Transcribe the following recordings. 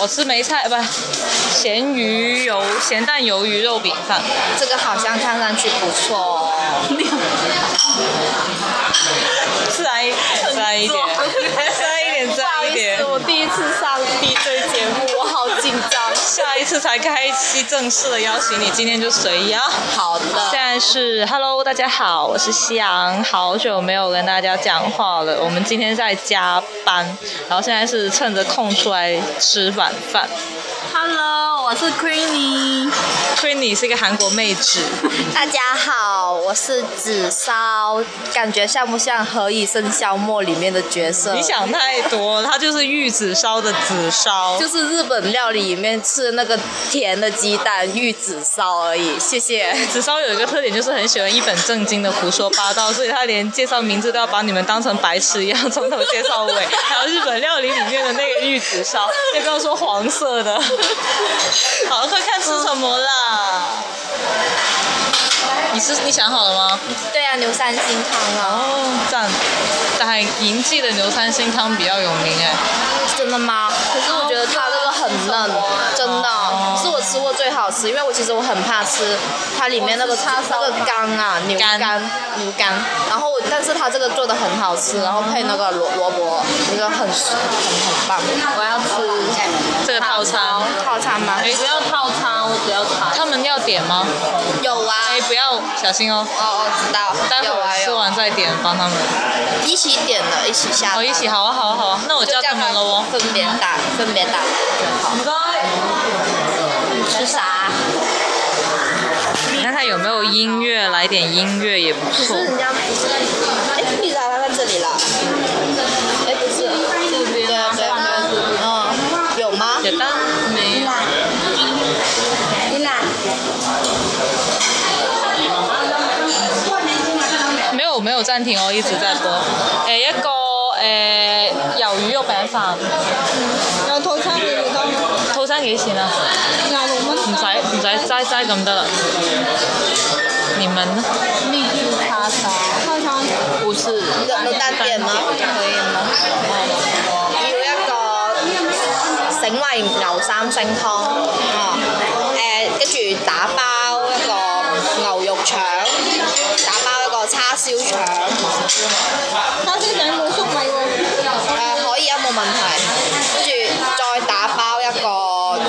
我吃梅菜不，咸鱼油咸蛋鱿鱼肉饼饭。这个好像看上去不错哦。自然一点，自然一点，自然一点，自然一不。好意点思我第一次上 DJ 节目，我好紧张。下一次才开一期正式的邀请你，今天就随意啊。好的现，在是 Hello，大家好，我是夕阳，好久没有跟大家讲话了。我们今天在加班，然后现在是趁着空出来吃晚饭。 Hello，我是 Queenie。 Queenie 是一个韩国妹纸，大家好，我是紫烧，感觉像不像《何以笙箫默》里面的角色你？想太多，她就是玉子烧的子烧。就是日本料理里面吃那个甜的鸡蛋玉子烧而已，谢谢。子烧有一个特点，就是很喜欢一本正经的胡说八道，所以他连介绍名字都要把你们当成白痴一样，从头介绍尾。还有日本料理里面的那个玉子烧，也不要说黄色的。好，快看吃什么啦！你是你想好了吗？ 对啊，牛三星汤啊，哦，赞！但还银记的牛三星汤比较有名哎。真的吗？可是我觉得它那个很嫩，真的哦是我吃过最好吃，因为我其实我很怕吃它里面那个叉那个肝啊，牛肝肝牛肝，然后我但是它这个做的很好吃，然后配那个萝萝卜，那个很很很棒。我要吃这个套餐，套餐吗？哎不要套餐，我只要茶。他们要点吗？有啊，哎，不要，小心哦。哦哦，知道，待会有啊儿吃有啊，完再点，帮他们。一起点的，一起下单，好，一起，好啊，好啊，好啊。那我就叫他们了哦。分别打，分别打。唔该。你吃啥？那他有没有音乐？来点音乐也不错可。是人 Dạ, 家不是，哎，披萨它在这里了。哎，不是，这边啊对对，嗯，有吗？简单没有。你奶。没有没有暂停哦，一直在播。诶、一個誒、呃魷魚肉餅飯，有套餐俾你當套餐幾錢啊？廿六蚊。唔使唔使齋齋咁得啦。你們呢？秘制叉烧，套餐不是。有有单点吗？可以吗？要一個醒胃牛三星湯，哦，誒，跟住打包一個牛肉腸，打包一個叉燒腸，叉燒腸冇粟米喎。誒可以啊，冇問題。跟住再打包一個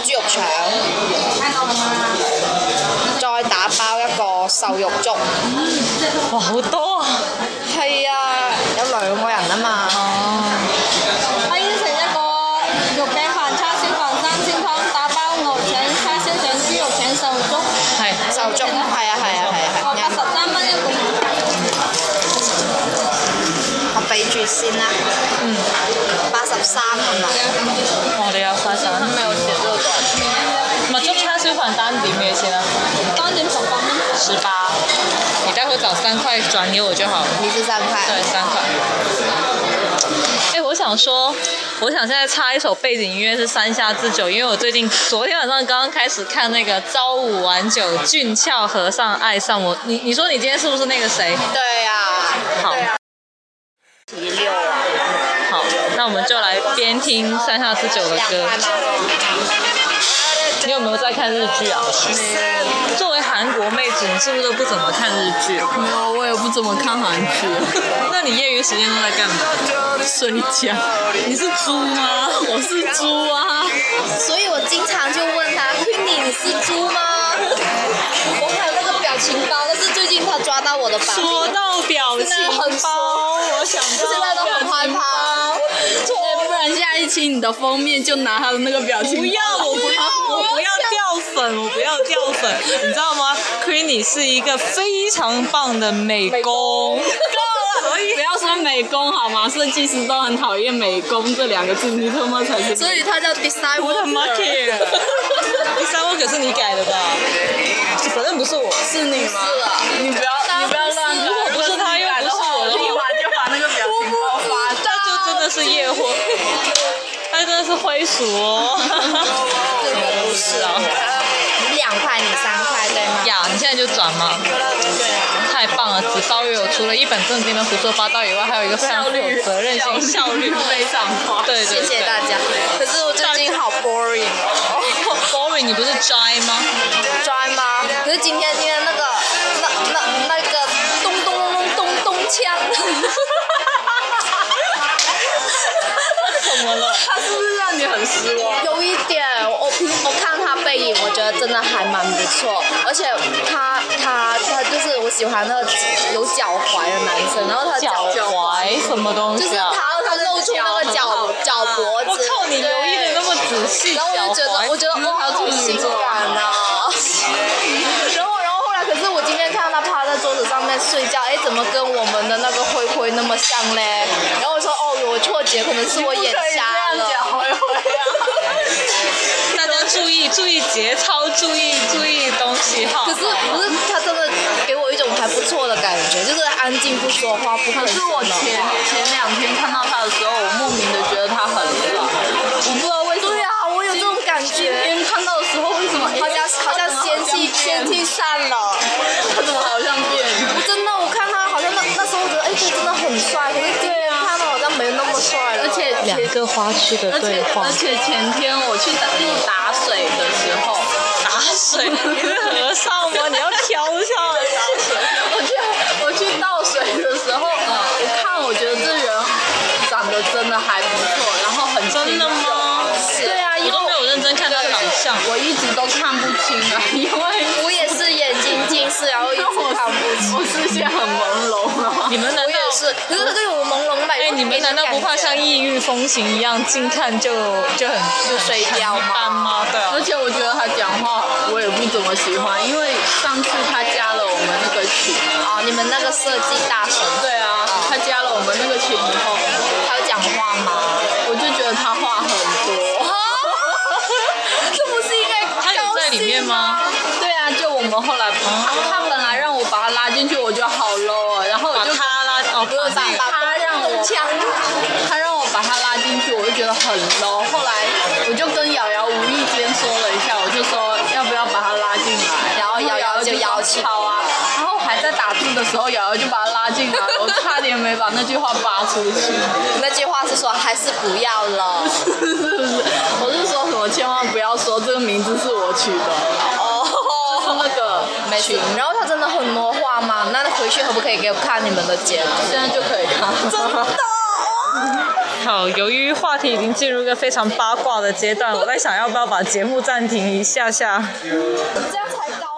豬肉腸，再打包一個瘦肉粥。哇，好多啊！係啊，有兩個人啊嘛。我要食一個肉餅飯、叉燒飯、三鮮湯、打包牛腸、叉燒腸、豬肉腸、瘦粥。係瘦粥，係啊，係啊，係哦，啊，係八十啊三蚊一個。我俾住先啦。嗯。八十三係咪？我哋有快手。咪有節奏蜜汁叉燒飯單點幾錢啊？單點十八蚊。十八。你待會找三塊轉給我就好了。你是三块。对，三块。哎、我想说，我想现在插一首背景音乐是山下智久，因为我最近昨天晚上刚刚开始看那个朝五晚九，俊俏和尚爱上我。你你说你今天是不是那个谁？对呀、好对呀、一六啊。好，那我们就来边听山下智久的歌。两块吗？你有没有在看日剧啊？作为韩国妹子，你是不是都不怎么看日剧？没有，我也不怎么看韩剧， 那你业余时间都在干嘛？睡觉。你是猪吗？我是猪啊。所以我经常就问他 q u e e n 你是猪吗？我还有那个表情包，但是最近他抓到我的把柄，说到表情真的很包，我想我现在到都表很害情怕。对，不然下一期你的封面就拿他的那个表情。不要，我不要，我不要掉粉，我不要掉粉，你知道吗 q u e e n i e 是一个非常棒的美工，所以啊不要说美工好吗？设计师都很讨厌“美工”这两个字，你他妈才是。啊所以他叫 design 我他妈 care，第三位可是你改的吧？反正不是我，是你吗？是了，你不要，你不要乱来。如果不是他又不是我的话立马就把那个表情包哦发那就真的是夜货，他真的是灰鼠 哦。这个不是哦。你两块，你三块，对吗？呀，你现在就转嘛。太棒了！紫烧月有除了一本正经的胡说八道以外，还有一个非常有责任心、效率。非常高。对对对，嗯谢谢大家。可是我最近好 boring，你不是 dry 吗？ dry 吗？可是今天今天那个那那那个咚咚咚咚咚咚锵，怎么了？他是不是让你很失望？有一点，我我看他背影，我觉得真的还蛮不错，而且他他他就是我喜欢那个有脚踝的男生，然后他脚踝什么东就是西啊？他他露出那个脚脚脚脖我子，靠，你留意的那么仔细，然后我就觉得，我觉得哇，好啊性嗯感呐、 然后，然后后来，可是我今天看到他趴在桌子上面睡觉，哎，怎么跟我们的那个灰灰那么像嘞？然后我说，哦，我错觉，可能是我眼瞎了。啊大家注意注意节操，注意注意东西哈 可。是，可是他真的给我一种还不错的感觉，就是安静不说话，不吭可是声我的前前两天看到他的时候，我莫名的觉得他很老，我不知道为什么。对啊，我有这种感今觉，天看到的时候，为什么好像好像仙气仙气散了。他怎么好像变？我真的，我看他好 像那那时候我觉得，哎，这真的很帅，可是今天看他好像没有那么帅了。而且两个花区的而且对话而，且前天我去打又打水的时候，打水，你是和尚吗？你要挑上来打 水。我去我去倒水的时候，我看我觉得这人长得真的还不错，然后很清秀真的吗？对啊，因我为都没有认真看他长相。我一直都看不清啊，因为我也是眼睛近视，然后一直我看不清。我视线很朦胧啊。你们难我道也是，可是这种朦胧美。哎，你们难道不怕像异域风情一样，近看就就很就睡觉吗淡吗？对啊而。且我觉得他讲话我也不怎么喜欢，因为上次他加了我们那个群，啊？你们那个设计大神，对啊，他加了我们那个群以后，他有讲话吗？我就觉得他话很 多。这不是应该他有在里面吗？对啊，就我们后来他他本来让我把他拉进去，我觉得好 low 啊，然后我把就他拉哦，不把是他让我枪？他让我把他拉进去，我就觉得很 low。后来我就跟瑶瑶无意间说了一下，我啊就说要不要把他拉进来，然后瑶瑶就邀说请好啊。然后我还在打字的时候，瑶瑶就把他拉进来，啊我差点没把那句话扒出去，那句话是说还是不要了。是不是？我是说什么千万不要说这个名字是我取的，哦，是那个没事群，。然后他真的很多话吗？那回去可不可以给我看 你们的节目？现在就可以看。好，由于话题已经进入一个非常八卦的阶段，我在想要不要把节目暂停一下下。这样才高